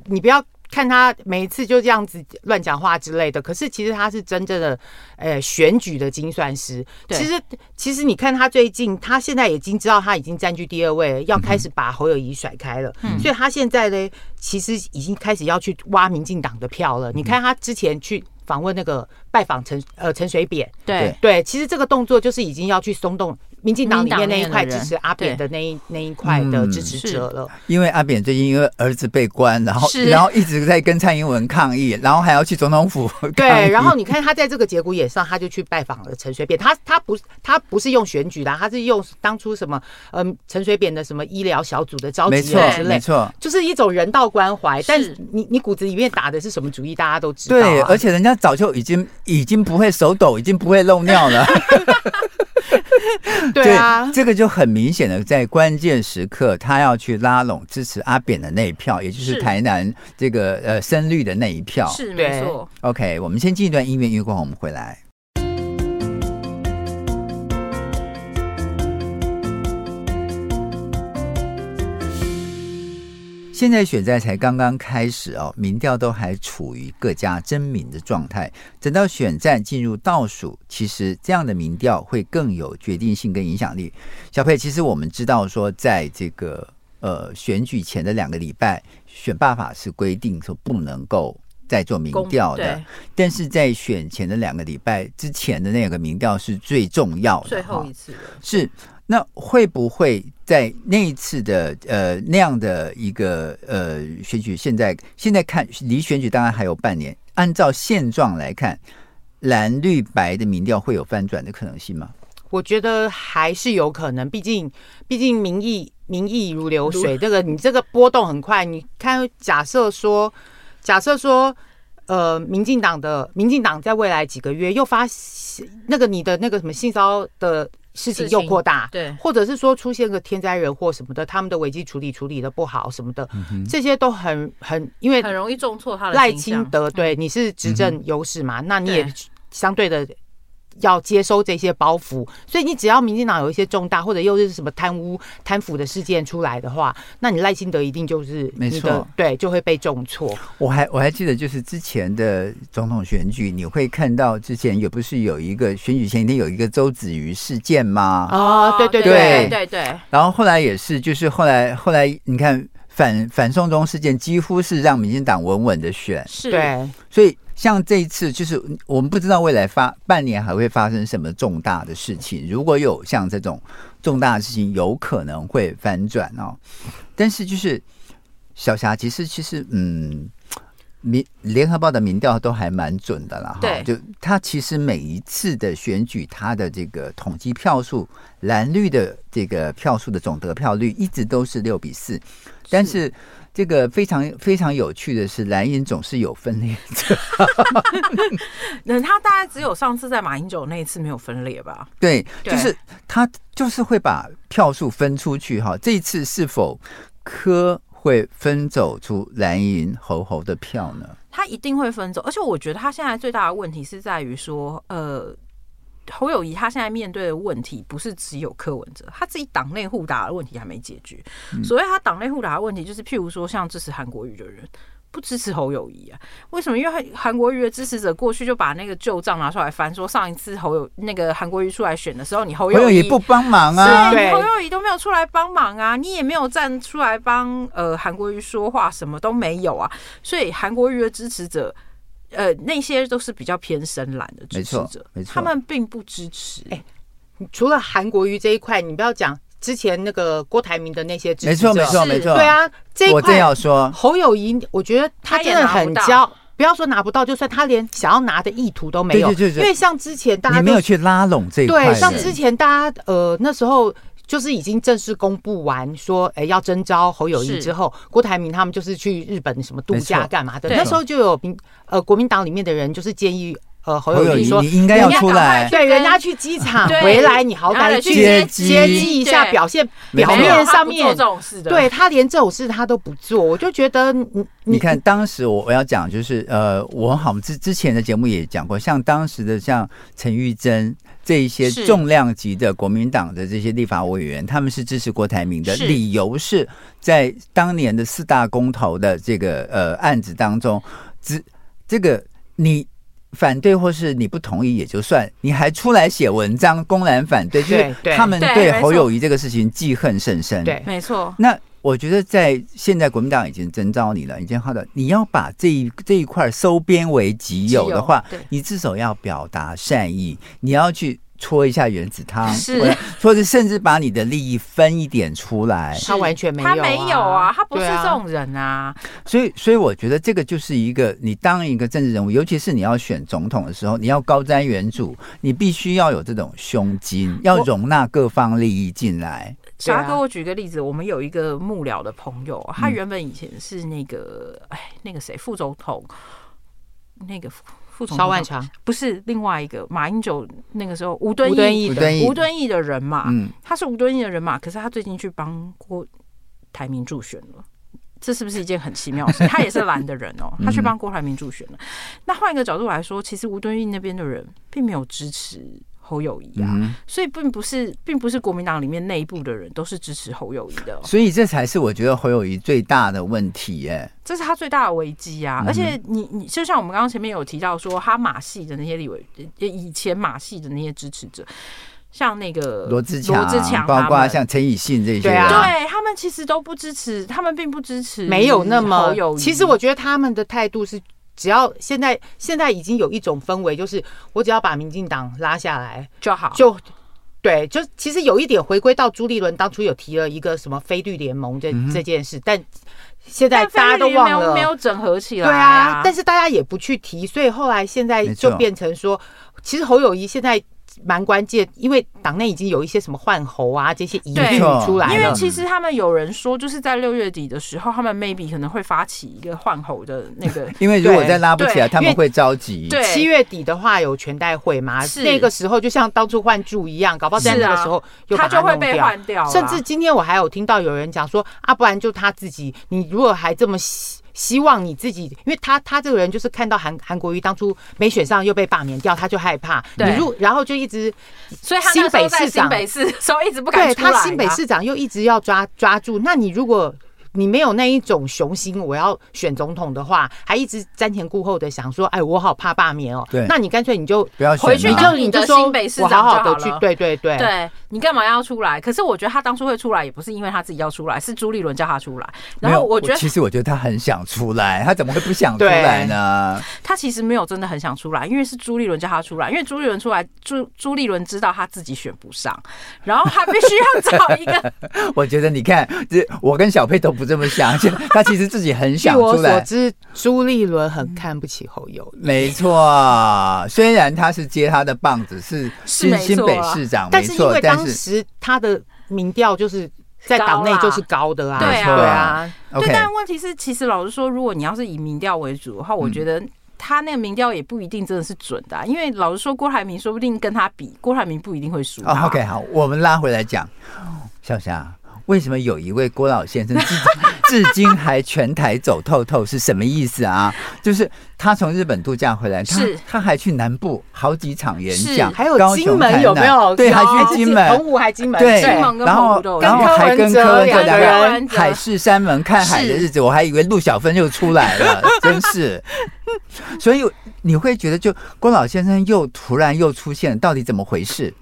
Speaker 2: 你不要看他每一次就这样子乱讲话之类的，可是其实他是真正的，呃，选举的精算师。
Speaker 3: 对
Speaker 2: 其实，其实你看他最近，他现在已经知道他已经占据第二位了，要开始把侯友谊甩开了，
Speaker 3: 嗯
Speaker 2: 所以他现在呢，其实已经开始要去挖民进党的票了。你看他之前去访问那个拜访陈呃陈水扁，
Speaker 1: 对
Speaker 3: 对
Speaker 2: 对，其实这个动作就是已经要去松动民进党里面那一块
Speaker 3: 民进党里面的
Speaker 2: 支
Speaker 3: 人
Speaker 2: 持阿扁的那一那一块的支持者了。
Speaker 1: 因为阿扁最近因为儿子被关，然后
Speaker 3: 是
Speaker 1: 然后一直在跟蔡英文抗议，然后还要去总统府抗议。
Speaker 2: 对，然后你看他在这个节骨眼上，他就去拜访了陈水扁。他他不他不是用选举啦，他是用当初什么嗯陈水扁的什么医疗小组的召
Speaker 1: 没
Speaker 2: 集啊
Speaker 1: 错
Speaker 2: 人之
Speaker 1: 没
Speaker 2: 类，
Speaker 1: 错，
Speaker 2: 就是一种人道关怀。但
Speaker 3: 是
Speaker 2: 你你骨子里面打的是什么主意，大家都知道、啊。
Speaker 1: 对，而且人家早就已经已经不会手抖，已经不会漏尿了。
Speaker 2: *laughs* 对啊，
Speaker 1: 这个就很明显的在关键时刻，他要去拉拢支持阿扁的那一票，也就是
Speaker 3: 是
Speaker 1: 台南这个呃深绿的那一票。
Speaker 3: 是
Speaker 2: 对
Speaker 3: 没错。
Speaker 1: OK，我们先进一段音乐，音乐过后我们回来。现在选战才刚刚开始哦，民调都还处于各家争鸣的状态。等到选战进入倒数，其实这样的民调会更有决定性跟影响力。小佩，其实我们知道说，在这个呃选举前的两个礼拜，选罢法是规定说不能够再做民
Speaker 3: 公
Speaker 1: 调的
Speaker 3: 对，
Speaker 1: 但是在选前的两个礼拜之前的那个民调是最重要的，
Speaker 3: 最后
Speaker 1: 哈
Speaker 3: 一次了，
Speaker 1: 是，那会不会在那一次的呃那样的一个呃选举，现在现在看离选举当然还有半年，按照现状来看，蓝绿白的民调会有翻转的可能性吗？
Speaker 2: 我觉得还是有可能，毕竟毕竟民意民意如流水，这个你这个波动很快。你看，假设说，假设说，呃，民进党的民进党在未来几个月又发那个你的那个什么性骚的事情
Speaker 3: 事情
Speaker 2: 又扩大，
Speaker 3: 对
Speaker 2: 或者是说出现个天灾人祸什么的，他们的危机处理处理的不好什么的，这些都很很因为
Speaker 3: 嗯很容易重挫他的
Speaker 2: 赖
Speaker 3: 形
Speaker 2: 清
Speaker 3: 象，
Speaker 2: 德，对，你是执
Speaker 1: 嗯
Speaker 2: 政优势嘛，那你也
Speaker 3: 对
Speaker 2: 相对的要接收这些包袱，所以你只要民进党有一些重大或者又是什么贪污贪腐的事件出来的话，那你赖清德一定就是
Speaker 1: 没
Speaker 2: 你的
Speaker 1: 错
Speaker 2: 对，就会被重挫。
Speaker 1: 我还我还记得，就是之前的总统选举，你会看到之前也不是有一个选举前一天有一个周子瑜事件吗？
Speaker 2: 啊、对对
Speaker 1: 对
Speaker 3: 哦对对对，
Speaker 1: 然后后来也是，就是后来后来你看反反送中事件，几乎是让民进党稳稳的选，
Speaker 3: 是，
Speaker 2: 对对
Speaker 1: 所以像这一次，就是我们不知道未来发半年还会发生什么重大的事情。如果有像这种重大的事情有可能会翻转哦。但是就是小霞，其实其实嗯，民联合报的民调都还蛮准的啦，哈
Speaker 3: 对，
Speaker 1: 就他其实每一次的选举，他的这个统计票数，蓝绿的这个票数的总得票率一直都是六比四，但是。这个非常非常有趣的是，蓝营总是有分裂者，
Speaker 3: 那他大概只有上次在马英九那一次没有分裂吧？
Speaker 1: 对，
Speaker 3: 对
Speaker 1: 就是他就是会把票数分出去哈。这一次是否柯会分走出蓝银猴猴的票呢？
Speaker 3: 他一定会分走，而且我觉得他现在最大的问题是在于说，呃，侯友谊他现在面对的问题不是只有柯文哲，他自己党内互打的问题还没解决。
Speaker 1: 嗯
Speaker 3: 所谓他党内互打的问题，就是譬如说像支持韩国瑜的人。不支持侯友谊啊？为什么？因为韩韩国瑜的支持者过去就把那个旧账拿出来翻，说上一次侯友那个韩国瑜出来选的时候，你侯
Speaker 1: 朋友
Speaker 3: 友
Speaker 1: 也
Speaker 3: 谊
Speaker 1: 不帮忙啊，
Speaker 3: 对，
Speaker 2: 对
Speaker 3: 侯友谊都没有出来帮忙啊，你也没有站出来帮呃韩国瑜说话，什么都没有啊。所以韩国瑜的支持者，呃，那些都是比较偏深蓝的支持者
Speaker 1: 没错没，错
Speaker 3: 他们并不支持。
Speaker 2: 哎除了韩国瑜这一块，你不要讲之前那个郭台铭的那些支
Speaker 1: 没
Speaker 2: 持者
Speaker 1: 错没错
Speaker 3: 是
Speaker 1: 没错，
Speaker 2: 对，啊，这一
Speaker 1: 我正
Speaker 2: 块
Speaker 1: 要说，
Speaker 2: 侯友谊，我觉得他
Speaker 3: 他也
Speaker 2: 真的
Speaker 3: 拿不
Speaker 2: 很
Speaker 3: 到
Speaker 2: 骄傲。不要说拿不到，就算他连想要拿的意图都没有，
Speaker 1: 对对对对
Speaker 2: 因为像之前大家
Speaker 1: 你
Speaker 2: 都
Speaker 1: 没有去拉拢这一块
Speaker 2: 对，
Speaker 1: 人，
Speaker 2: 像之前大家呃那时候。就是已经正式公布完说，哎、要征召侯友谊
Speaker 3: 是
Speaker 2: 之后，郭台铭他们就是去日本什么度
Speaker 1: 没
Speaker 2: 假
Speaker 1: 错
Speaker 2: 干嘛的。
Speaker 3: 对
Speaker 2: 那时候就有民呃国民党里面的人就是建议呃侯
Speaker 1: 侯
Speaker 2: 友
Speaker 1: 友
Speaker 2: 谊
Speaker 1: 谊
Speaker 2: 说，
Speaker 1: 你应该要
Speaker 2: 人家
Speaker 1: 出来，
Speaker 2: 对人家去机场
Speaker 3: 对
Speaker 2: 回来，你好
Speaker 3: 然后
Speaker 2: 歹去
Speaker 1: 接机
Speaker 2: 接机一下，
Speaker 3: 对
Speaker 2: 表现
Speaker 1: 没
Speaker 2: 表
Speaker 1: 错
Speaker 2: 面上
Speaker 3: 他不做
Speaker 2: 面
Speaker 3: 这，种事的，
Speaker 2: 对他连这种事他都不做，我就觉得你
Speaker 1: 你看，当时我我要讲就是呃，我好像之之前的节目也讲过，像当时的像陈玉珍这一些
Speaker 3: 是
Speaker 1: 重量级的国民党的这些立法委员，他们是支持郭台铭的，
Speaker 3: 是
Speaker 1: 理由是在当年的四大公投的这个呃案子当中，只这个你。反对或是你不同意也就算，你还出来写文章公然反对，就是
Speaker 2: 对对
Speaker 1: 他们
Speaker 3: 对
Speaker 1: 对
Speaker 3: 没
Speaker 1: 侯
Speaker 3: 错
Speaker 1: 友谊这个事情记恨甚深。
Speaker 2: 对
Speaker 3: 没错，
Speaker 1: 那我觉得在现在国民党已经征召你了，已经好的，你要把这一这一块收编为己有的话
Speaker 3: 己有对，
Speaker 1: 你至少要表达善意，你要去戳一下原子汤，
Speaker 3: 是
Speaker 1: 或者或者甚至把你的利益分一点出来。
Speaker 2: 他完全没有、
Speaker 3: 他没有啊，他不是
Speaker 2: 对啊
Speaker 3: 这种人啊。
Speaker 1: 所以，所以我觉得这个就是一个你当一个政治人物，尤其是你要选总统的时候，你要高瞻远瞩，你必须要有这种胸襟，要
Speaker 3: 我
Speaker 1: 容纳各方利益进来。
Speaker 3: 小
Speaker 2: 对啊
Speaker 3: 阿哥，我举个例子，我们有一个幕僚的朋友，
Speaker 2: 嗯
Speaker 3: 他原本以前是那个，哎，那个谁，副总统，那个副副总统
Speaker 2: 稍万长
Speaker 3: 不是另外一个马英九那个时候吴敦
Speaker 2: 吴敦
Speaker 3: 义，
Speaker 2: 义
Speaker 1: 吴
Speaker 2: 的
Speaker 1: 敦义
Speaker 3: 吴，敦义的人嘛，
Speaker 1: 嗯，
Speaker 3: 他是吴敦义的人嘛，可是他最近去帮郭台铭助选了。这是不是一件很奇妙
Speaker 2: *laughs*
Speaker 3: 的事？他也是蓝的人哦，
Speaker 2: 嗯
Speaker 3: 他去帮郭台铭助选了。那换一个角度来说，其实吴敦义那边的人并没有支持侯友谊啊，
Speaker 1: 嗯
Speaker 3: 所以并不是，并不是国民党里面内部的人都是支持侯友谊的哦、
Speaker 1: 所以这才是我觉得侯友谊最大的问题耶、
Speaker 3: 这是他最大的危机
Speaker 2: 嗯
Speaker 3: 啊！而且你你就像我们刚刚前面有提到说，他马系的那些立委，呃以前马系的那些支持者，像那个
Speaker 1: 罗志强、
Speaker 3: 罗志强
Speaker 1: 包
Speaker 3: 他
Speaker 1: 括
Speaker 3: 们
Speaker 1: 像陈以信这些
Speaker 2: 对
Speaker 1: 人，
Speaker 2: 啊
Speaker 3: 对他们其实都不支持，他们并不支持，
Speaker 2: 没有那么
Speaker 3: 有。
Speaker 2: 其实我觉得他们的态度是，只要现在现在已经有一种氛围，就是我只要把民进党拉下来，
Speaker 3: 就好，
Speaker 2: 就对，就其实有一点回归到朱立伦当初有提了一个什么非绿联盟这、
Speaker 1: 嗯
Speaker 2: 这件事，但现在
Speaker 3: 但
Speaker 2: 大家都忘
Speaker 3: 菲律宾没有没
Speaker 2: 了。
Speaker 3: 有整合起来、
Speaker 2: 对啊，但
Speaker 3: 是
Speaker 2: 是大家也不去提，所以后来现在
Speaker 1: 没错
Speaker 2: 就变成说，其实侯友谊现在蛮关键，因为党内已经有一些什么换侯啊这些疑
Speaker 3: 对
Speaker 2: 虑出来
Speaker 3: 因为
Speaker 2: 了。
Speaker 3: 其实他们有人说，就是在六月底的时候，他们 maybe 可能会发起一个换候的那个
Speaker 1: 因为如果再拉不起来，
Speaker 3: 对
Speaker 1: 他们会着急。
Speaker 3: 对
Speaker 2: 七月底的话有全代会嘛？
Speaker 3: 是
Speaker 2: 那个时候就像当初换柱一样，搞不好在
Speaker 3: 是啊
Speaker 2: 那个时候又
Speaker 3: 他
Speaker 2: 把它
Speaker 3: 就会
Speaker 2: 弄
Speaker 3: 被
Speaker 2: 掉
Speaker 3: 换掉啦，
Speaker 2: 甚至今天我还有听到有人讲说啊，不然就他自己，你如果还这么希希望你自己，因为他他这个人就是看到韩韩国瑜当初没选上又被罢免掉，他就害怕。
Speaker 3: 对
Speaker 2: 你如然后就一直
Speaker 3: 所以他那时候在新北市的时候一直不敢
Speaker 2: 对
Speaker 3: 出来啊、
Speaker 2: 他新北市长又一直要抓抓住，那你如果你没有那一种雄心，我要选总统的话，还一直瞻前顾后的想说，哎，我好怕罢免哦。
Speaker 1: 对
Speaker 2: 那你干脆你就
Speaker 1: 不要选
Speaker 2: 回去
Speaker 1: 了
Speaker 2: 就你
Speaker 3: 你的
Speaker 2: 就说
Speaker 3: 新北市
Speaker 2: 我
Speaker 3: 长就
Speaker 2: 好
Speaker 3: 好
Speaker 2: 好的去
Speaker 3: 了，
Speaker 2: 对对
Speaker 1: 哎
Speaker 2: 对。
Speaker 3: 对你干嘛要出来？可是我觉得他当初会出来，也不是因为他自己要出来，是朱立伦叫他出来。然
Speaker 1: 没有
Speaker 3: 后我觉得
Speaker 1: 其实我觉得他很想出来，他怎么会不想出来呢？
Speaker 3: 他其实没有真的很想出来，因为是朱立伦叫他出来，因为朱立伦出来，朱朱立伦知道他自己选不上，然后他必须要找
Speaker 1: *laughs*
Speaker 3: 一个
Speaker 1: 我觉得你看，这我跟小佩都不这么想，
Speaker 3: *laughs*
Speaker 1: 就他其实自己很
Speaker 2: 据
Speaker 1: 想
Speaker 2: 我
Speaker 1: 出
Speaker 2: 所
Speaker 1: 来。
Speaker 2: 知，朱立伦很看不起侯友宜，
Speaker 1: 没错，虽然他是接他的棒子，是
Speaker 3: 是
Speaker 1: 新
Speaker 3: 没
Speaker 1: 新
Speaker 3: 错
Speaker 1: 北
Speaker 3: 啊
Speaker 1: 市长，
Speaker 2: 但
Speaker 1: 没
Speaker 2: 是因
Speaker 1: 错
Speaker 2: 为，
Speaker 1: 但
Speaker 2: 当
Speaker 1: 是
Speaker 2: 时他的民调就是在党内就是高的啊，
Speaker 3: 高啦
Speaker 2: 对
Speaker 3: 对啊
Speaker 2: 啊，
Speaker 3: 对，
Speaker 1: OK，
Speaker 3: 但问题是，其实老实说，如果你要是以民调为主的话，我
Speaker 1: 嗯
Speaker 3: 觉得。他那个民调也不一定真的是准的啊、因为老实说，郭台铭说不定跟他比，郭台铭不一定会输啊他、
Speaker 1: 哦，OK，好，我们拉回来讲，小霞。为什么有一位郭老先生至至今还全台走透透是什么意思啊？就是他从日本度假回来，他
Speaker 3: 是
Speaker 1: 他还去南部好几场演讲，
Speaker 2: 还有
Speaker 1: 高雄
Speaker 2: 金门
Speaker 1: 台
Speaker 2: 有没
Speaker 1: 南
Speaker 2: 有？
Speaker 1: 对，还
Speaker 2: 哎
Speaker 1: 去金门，
Speaker 2: 澎湖还金门，
Speaker 1: 对，
Speaker 3: 金门跟
Speaker 1: 然后
Speaker 3: 澎湖都有
Speaker 1: 然后
Speaker 2: 跟柯
Speaker 1: 还
Speaker 2: 文
Speaker 1: 跟
Speaker 2: 哲
Speaker 1: 柯文哲
Speaker 2: 两
Speaker 1: 两
Speaker 2: 个
Speaker 1: 个
Speaker 3: 人
Speaker 1: 海誓山盟看海的
Speaker 3: 是
Speaker 1: 日子，我还以为陆小芬又出来了，真是。所以你会觉得，就郭老先生又突然又出现了，到底怎么回事？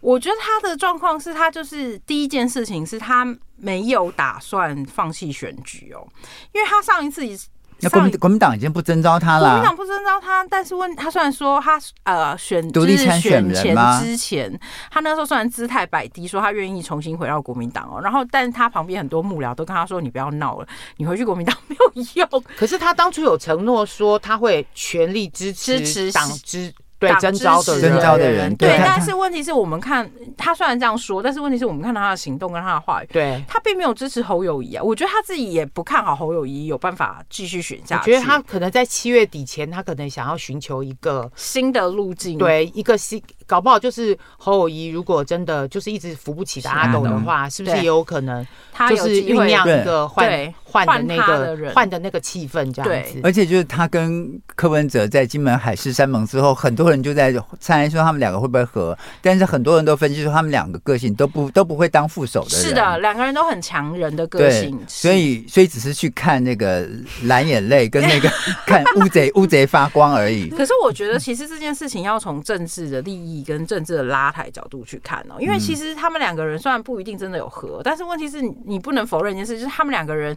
Speaker 3: 我觉得他的状况是他就是第一件事情是他没有打算放弃选举哦，因为他上一次也是
Speaker 1: 那国
Speaker 3: 上
Speaker 1: 民
Speaker 3: 一
Speaker 1: 国民党已经不征召他
Speaker 3: 国民
Speaker 1: 了
Speaker 3: 党，不征召他，但是问他虽然说他呃选
Speaker 1: 独立
Speaker 3: 就是
Speaker 1: 参选
Speaker 3: 选
Speaker 1: 人
Speaker 3: 前
Speaker 1: 吗
Speaker 3: 之前，他那时候虽然姿态摆低，说他愿意重新回到国民党哦，然后但是他旁边很多幕僚都跟他说你不要闹了，你回去国民党没有
Speaker 1: *laughs*
Speaker 3: 用，
Speaker 2: 可是他当初有承诺说他会全力支
Speaker 3: 支持
Speaker 2: 党支对
Speaker 3: 党
Speaker 2: 征
Speaker 3: 支
Speaker 2: 召的
Speaker 3: 持
Speaker 2: 人，
Speaker 1: 征召的人对
Speaker 3: 对，
Speaker 1: 他
Speaker 3: 但是问题是我们看他虽然这样说，但是问题是我们看到他的行动跟他的话语，
Speaker 2: 对。
Speaker 3: 他并没有支持侯友谊啊，我觉得他自己也不看好侯友谊有办法继续选
Speaker 2: 我
Speaker 3: 下去。
Speaker 2: 觉得他可能在七月底前，他可能想要寻求一个
Speaker 3: 新的路径，，
Speaker 2: 对一个新，搞不好就是侯友谊，如果真的就是一直扶不起的阿斗的话，是不是
Speaker 3: 啊对
Speaker 2: 也有可能
Speaker 3: 他
Speaker 2: 就
Speaker 3: 有
Speaker 2: 是
Speaker 3: 机
Speaker 2: 酝
Speaker 3: 会
Speaker 1: 嗯
Speaker 2: 酿
Speaker 1: 对
Speaker 2: 一个换
Speaker 3: 对
Speaker 2: 换的那
Speaker 3: 换他的
Speaker 2: 个
Speaker 3: 人
Speaker 2: 换的那个气氛这样
Speaker 3: 对
Speaker 2: 子？
Speaker 1: 而且就是他跟柯文哲在金门海誓山盟之后，很多人就在猜说他们两个会不会合，但是很多人都分析说他们两个个性都不都不会当副手的人。
Speaker 3: 是的，两个人都很强人的个
Speaker 1: 对，
Speaker 3: 性，是
Speaker 1: 所以所以只是去看那个蓝眼泪跟
Speaker 3: *laughs*
Speaker 1: 那个看乌贼乌贼发光而已。
Speaker 3: 可是我觉得，其实这件事情要从政治的利益跟政治的拉抬角度去看哦、因
Speaker 1: 嗯
Speaker 3: 为其实他们两个人虽然不一定真的有合，但是问题是你你不能否认一件事，就是他们两个人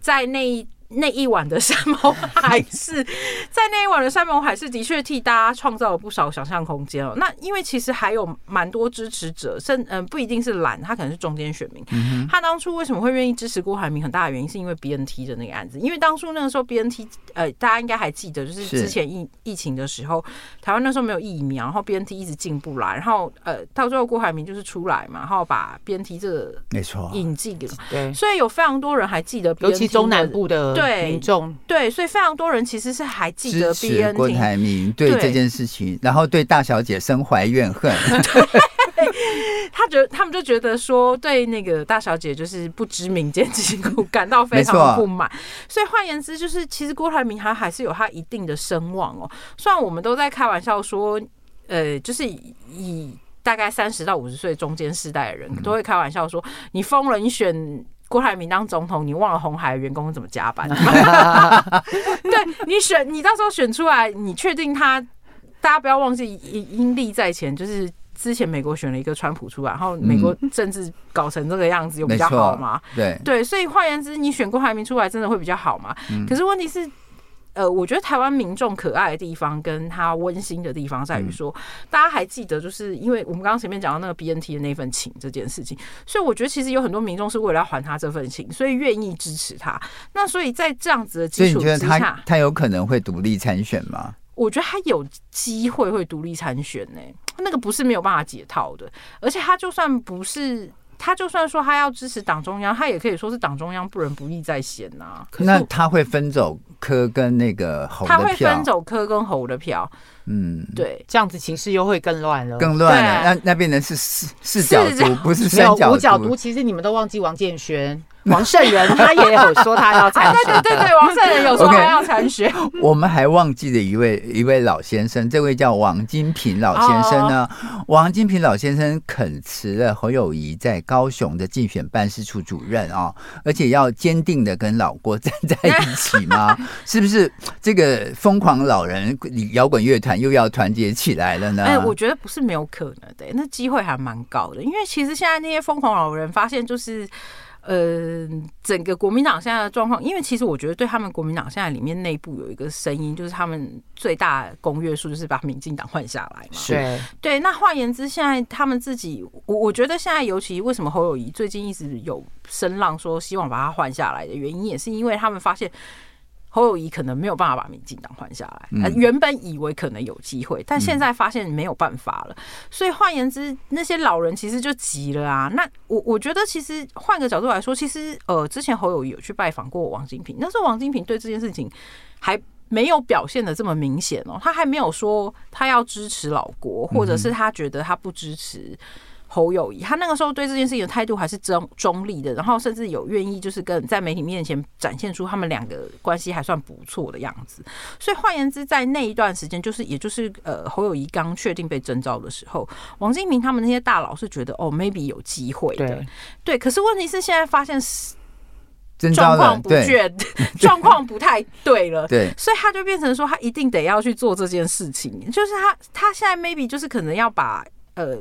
Speaker 3: 在那一。那一晚的山
Speaker 1: *laughs*
Speaker 3: 盟海誓，在那一晚的山盟海誓，的确替大家创造了不少想象空间哦。那因为其实还有蛮多支持者，甚嗯、不一定是蓝，他可能是中间选民。
Speaker 2: 嗯
Speaker 3: 他当初为什么会愿意支持郭台铭？很大的原因是因为 BNT 的那个案子，因为当初那个时候 BNT 呃，大家应该还记得，就是
Speaker 1: 是
Speaker 3: 之前疫疫情的时候，台湾那时候没有疫苗，然后 BNT 一直进不来，然后呃，到最后郭台铭就是出来嘛，然后把 BNT 这个
Speaker 1: 没错，
Speaker 3: 引进，
Speaker 2: 对，
Speaker 3: 所以有非常多人还记得 BNT，
Speaker 2: 哦尤其中南
Speaker 3: 的
Speaker 2: 部的
Speaker 3: 对
Speaker 2: 民众，
Speaker 3: 对，所以非常多人其实是还记
Speaker 1: 支
Speaker 3: 得
Speaker 1: 持郭
Speaker 3: BNT。
Speaker 1: 台铭对
Speaker 3: 对
Speaker 1: 这件事情，然后对大小姐身怀怨恨。
Speaker 3: 他觉得他们就觉得说，对那个大小姐就是不知民间疾苦感到非常
Speaker 1: 没错
Speaker 3: 的不满。所以换言之，就是其实郭台铭他还是有他一定的声望哦。虽然我们都在开玩笑说，呃，就是以大概三十到五十岁中间世代的人、都会开玩笑说，你疯了，你选。郭台铭当总统，你忘了红海的员工怎么加班？ *laughs* 对你选，你到时候选出来，你确定他大家不要忘记英英利在前，就是之前美国选了一个川普出来，然后美国政治搞成这个样子，有比较好吗？
Speaker 1: 对，嗯
Speaker 3: 对，所以换言之，你选郭台铭出来真的会比较好吗？可是问题是。呃，我觉得台湾民众可爱的地方跟他温馨的地方在
Speaker 1: 嗯
Speaker 3: 于说，大家还记得，就是因为我们刚刚前面讲到那个 BNT 的那份情这件事情，所以我觉得其实有很多民众是为了要还他这份情，所以愿意支持他。那所以在这样子的
Speaker 1: 所以
Speaker 3: 基
Speaker 1: 你
Speaker 3: 础
Speaker 1: 觉得
Speaker 3: 之
Speaker 1: 他
Speaker 3: 下，
Speaker 1: 他有可能会独立参选吗？
Speaker 3: 我觉得他有机会会独立参选呢、那个不是没有办法解套的，而且他就算不是。他就算说他要支持党中央，他也可以说是党中央不仁不义在先呐、
Speaker 2: 可是
Speaker 1: 那他会分走柯跟那个侯
Speaker 3: 他
Speaker 1: 的
Speaker 3: 会
Speaker 1: 票
Speaker 3: 分，走柯跟侯的票，
Speaker 1: 嗯，
Speaker 3: 对，
Speaker 2: 这样子情势又会更乱了。
Speaker 1: 更乱了。那
Speaker 3: 对
Speaker 1: 那变成是四四角
Speaker 3: 四
Speaker 1: 族
Speaker 3: 角，
Speaker 1: 不
Speaker 2: *laughs*
Speaker 1: 是
Speaker 2: 没
Speaker 1: 三
Speaker 2: 有
Speaker 1: 角
Speaker 2: 五角
Speaker 1: 族
Speaker 2: 毒，。其实你们都忘记王
Speaker 1: *laughs*
Speaker 2: 建轩、王圣仁，他也有说他要参
Speaker 3: 啊，对对
Speaker 2: 选。
Speaker 3: 对对，王圣仁有说
Speaker 1: OK
Speaker 3: 他要参选，
Speaker 1: 我们还忘记了一位一位老先生，这位叫王金平老先生呢。
Speaker 3: 哦
Speaker 1: 王金平老先生恳辞了侯友谊在高雄的竞选办事处主任啊、而且要坚定的跟老郭站在一起
Speaker 3: *laughs*
Speaker 1: 吗？是不是这个疯狂老人摇滚乐团又要团结起来了呢？
Speaker 3: 哎、我觉得不是没有可能的、欸那机会还蛮高的。因为其实现在那些疯狂老人发现，就是呃，整个国民党现在的状况，因为其实我觉得对他们国民党现在里面内部有一个声音，就是他们最大公约数就是把民进党换下来
Speaker 1: *laughs*
Speaker 3: 嘛。
Speaker 1: 是
Speaker 2: 对，
Speaker 3: 对，那换言之，现在他们自己，我我觉得现在尤其为什么侯友谊最近一直有声浪说希望把他换下来的原因，也是因为他们发现。侯友谊可能没有办法把民进党换下来、呃
Speaker 1: 嗯
Speaker 3: 原本以为可能有机会，但现在发现没有办法了。所以换言之，那些老人其实就急了啊。那我我觉得，其实换个角度来说，其实呃，之前侯友谊有去拜访过王金平，那时候王金平对这件事情还没有表现的这么明显哦，他还没有说他要支持老国，或者是他觉得他不支持。侯友谊，他那个时候对这件事情的态度还是中中立的，然后甚至有愿意就是跟在媒体面前展现出他们两个关系还算不错的样子。所以换言之，在那一段时间，就是也就是呃侯友谊刚确定被征召的时候，王金明他们那些大佬是觉得哦 maybe 有机会
Speaker 2: *laughs*
Speaker 3: 的，
Speaker 2: 对
Speaker 3: 对。可是问题是现在发现
Speaker 1: 真
Speaker 3: 状
Speaker 1: 招
Speaker 3: 况
Speaker 1: 了，
Speaker 3: 不
Speaker 1: 对
Speaker 3: 确， *laughs* 状况不太对了，
Speaker 1: 对，
Speaker 3: 所以他就变成说，他一定得要去做这件事情，就是他他现在 maybe 就是可能要把呃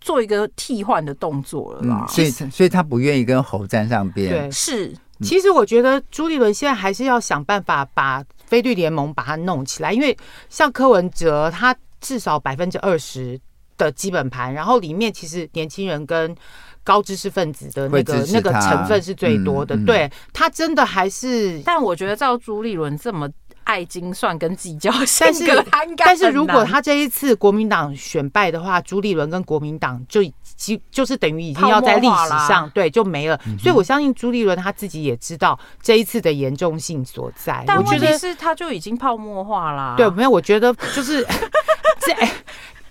Speaker 3: 做一个替换的动作了啦
Speaker 1: 嗯，，所以所以他不愿意跟侯站上边
Speaker 2: 对，
Speaker 3: 是
Speaker 2: 其实我觉得朱立伦现在还是要想办法把菲律联盟把它弄起来，因为像柯文哲他至少百分之二十的基本盘，然后里面其实年轻人跟高知识分子的那
Speaker 1: 会
Speaker 2: 个
Speaker 1: 支持
Speaker 2: 那个
Speaker 1: 他
Speaker 2: 成分是最多的，
Speaker 1: 嗯嗯
Speaker 2: 对他真的还是。
Speaker 3: 但我觉得照朱立伦这么爱精算跟计较 *laughs* 性
Speaker 2: *laughs* 但是
Speaker 3: 格，他应该
Speaker 2: 但是
Speaker 3: 很
Speaker 2: 如果
Speaker 3: 难
Speaker 2: 他这一次国民党选败的话，朱立伦跟国民党就几就是等于已经
Speaker 3: 泡沫
Speaker 2: 要在历
Speaker 3: 化
Speaker 2: 史
Speaker 3: 啦
Speaker 2: 上对就没了，所以我相信朱立伦他自己也知道这一次的严重性所在。
Speaker 3: 但
Speaker 2: 我觉
Speaker 3: 问
Speaker 2: 得
Speaker 3: 题是他就已经泡沫化啦，
Speaker 2: 对，没有，我觉得就是这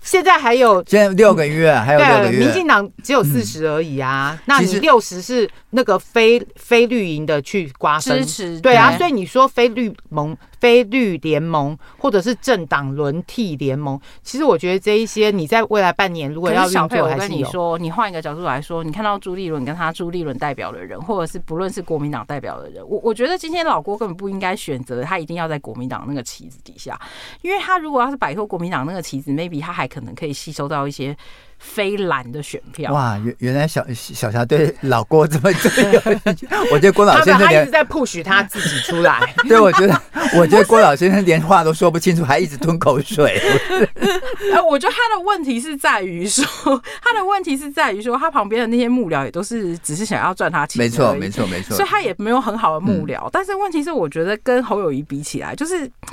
Speaker 2: 现在还有。
Speaker 1: 现在六个月，还有六个
Speaker 2: 嗯对，民
Speaker 1: 月嗯
Speaker 2: 进。党只有四十而已啊，那
Speaker 1: 其
Speaker 2: 你
Speaker 1: 实
Speaker 2: 六十是那个非非绿营的去瓜分
Speaker 3: 支，持
Speaker 2: 对啊，所以你说非绿盟、非绿联盟或者是政党轮替联盟，其实我觉得这一些你在未来半年如果
Speaker 3: 可
Speaker 2: 要
Speaker 3: 是小
Speaker 2: 运
Speaker 3: 佩，
Speaker 2: 作，
Speaker 3: 我
Speaker 2: 还
Speaker 3: 跟
Speaker 2: 是
Speaker 3: 你
Speaker 2: 有。
Speaker 3: 说，你换一个角度来说，你看到朱立伦跟他朱立伦代表的人，或者是不论是国民党代表的人，我我觉得今天老郭根本不应该选择他一定要在国民党那个旗子底下，因为他如果要是摆脱国民党那个旗子，maybe 他还可能可以吸收到一些非蓝的选票。
Speaker 1: 哇，原原来小小霞对老郭这么这么有意见， *laughs* 我觉得郭老
Speaker 2: 他
Speaker 1: 先
Speaker 2: 们
Speaker 1: 生
Speaker 2: 他一
Speaker 1: 连
Speaker 2: 直在 push 他自己出来，
Speaker 1: *laughs* 对我觉得，我觉得郭老先生连话都说不清楚，还一直吞口
Speaker 2: *laughs*
Speaker 1: 水。
Speaker 3: 呃，我觉得他的问题是在于说， *laughs* 他的问题是在于说，他旁边的那些幕僚也都是只是想要赚他
Speaker 2: 啊
Speaker 3: 钱，
Speaker 1: 没错，没。错，没错
Speaker 3: 所。以他也没有很好的幕
Speaker 1: 嗯
Speaker 3: 僚。但是问题是，我觉得跟侯友谊比起来，就是、哦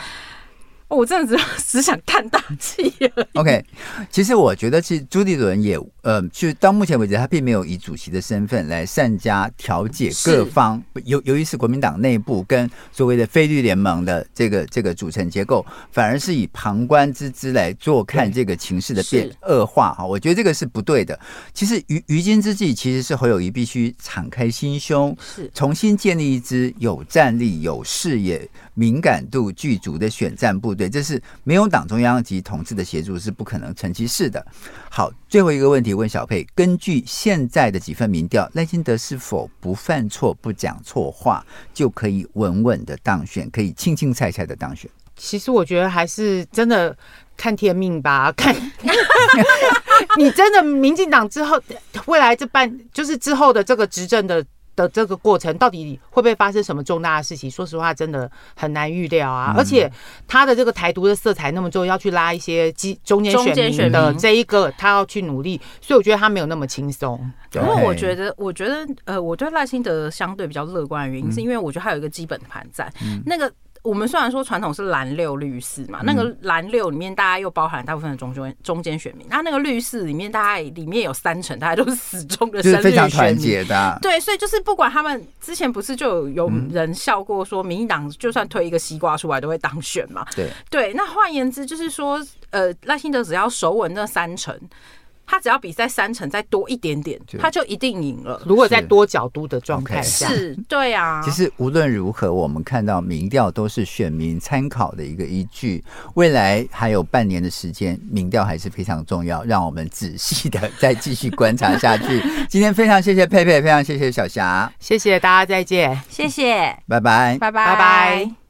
Speaker 3: 我真的只只想叹大气
Speaker 1: *laughs*
Speaker 3: 了。
Speaker 1: OK，其实我觉得，其实朱立伦也，呃，就到目前为止，他并没有以主席的身份来善加调解各方，尤尤其是国民党内部跟所谓的非律联盟的这个这个组成结构，反而是以旁观之姿来坐看这个情势的变
Speaker 3: 是
Speaker 1: 恶化哈。我觉得这个是不对的。其实于于今之计，其实是侯友谊必须敞开心胸，
Speaker 3: 是
Speaker 1: 重新建立一支有战力、有视野、敏感度具足的选战部队，这是没有党中央及同志的协助是不可能成其事的。好，最后一个问题问小佩，根据现在的几份民调，赖清德是否不犯错、不讲错话，就可以稳稳的当选，可以轻轻菜菜的当选？
Speaker 2: 其实我觉得还是真的看天命吧，
Speaker 3: *laughs*
Speaker 2: 看你真的民进党之后，未来这半就是之后的这个执政的。的这个过程到底会不会发生什么重大的事情？说实话，真的很难预料啊！而
Speaker 3: 嗯
Speaker 2: 且他的这个台独的色彩那么重，要去拉一些基中间
Speaker 3: 中间
Speaker 2: 选民
Speaker 3: 选
Speaker 2: 的
Speaker 3: 民
Speaker 2: 这一个，他要去努力，所以我觉得他没有那么轻松。
Speaker 1: 因
Speaker 3: 因为我觉得，我
Speaker 1: 嗯
Speaker 3: 觉得，呃，我对赖清德相对比较乐观的原因，是因为我觉得他有一个基本盘在。那个我们虽然说传统是蓝六绿四嘛，
Speaker 1: 嗯
Speaker 3: 那个蓝六里面大家又包含大部分的中间中间选民，那那个绿四里面大概里面有三成，大家都是死忠的
Speaker 1: 就
Speaker 3: 深
Speaker 1: 是
Speaker 3: 绿
Speaker 1: 非常团
Speaker 3: 选民。
Speaker 1: 结的啊。
Speaker 3: 对，所以就是不管他们之前不是就有有
Speaker 1: 嗯
Speaker 3: 人笑过说，民进党就算推一个西瓜出来都会当选嘛。
Speaker 1: 对，
Speaker 3: 对，那换言之就是说，呃，赖幸德只要手稳那三成，他只要比赛三成再多一点点
Speaker 1: 对，
Speaker 3: 他就一定赢了。
Speaker 2: 如果在
Speaker 1: 是
Speaker 2: 多角度的状态
Speaker 1: OK
Speaker 2: 下，
Speaker 3: 是，对啊。
Speaker 1: 其实无论如何，我们看到民调都是选民参考的一个依据。未来还有半年的时间，民调还是非常重要，让我们仔细的 *laughs* 再继续观察下去。今天非常谢谢佩佩，非常谢谢小霞，
Speaker 2: 谢谢大家，再见。
Speaker 3: 谢谢，
Speaker 1: 拜拜。
Speaker 3: 拜拜
Speaker 2: 拜拜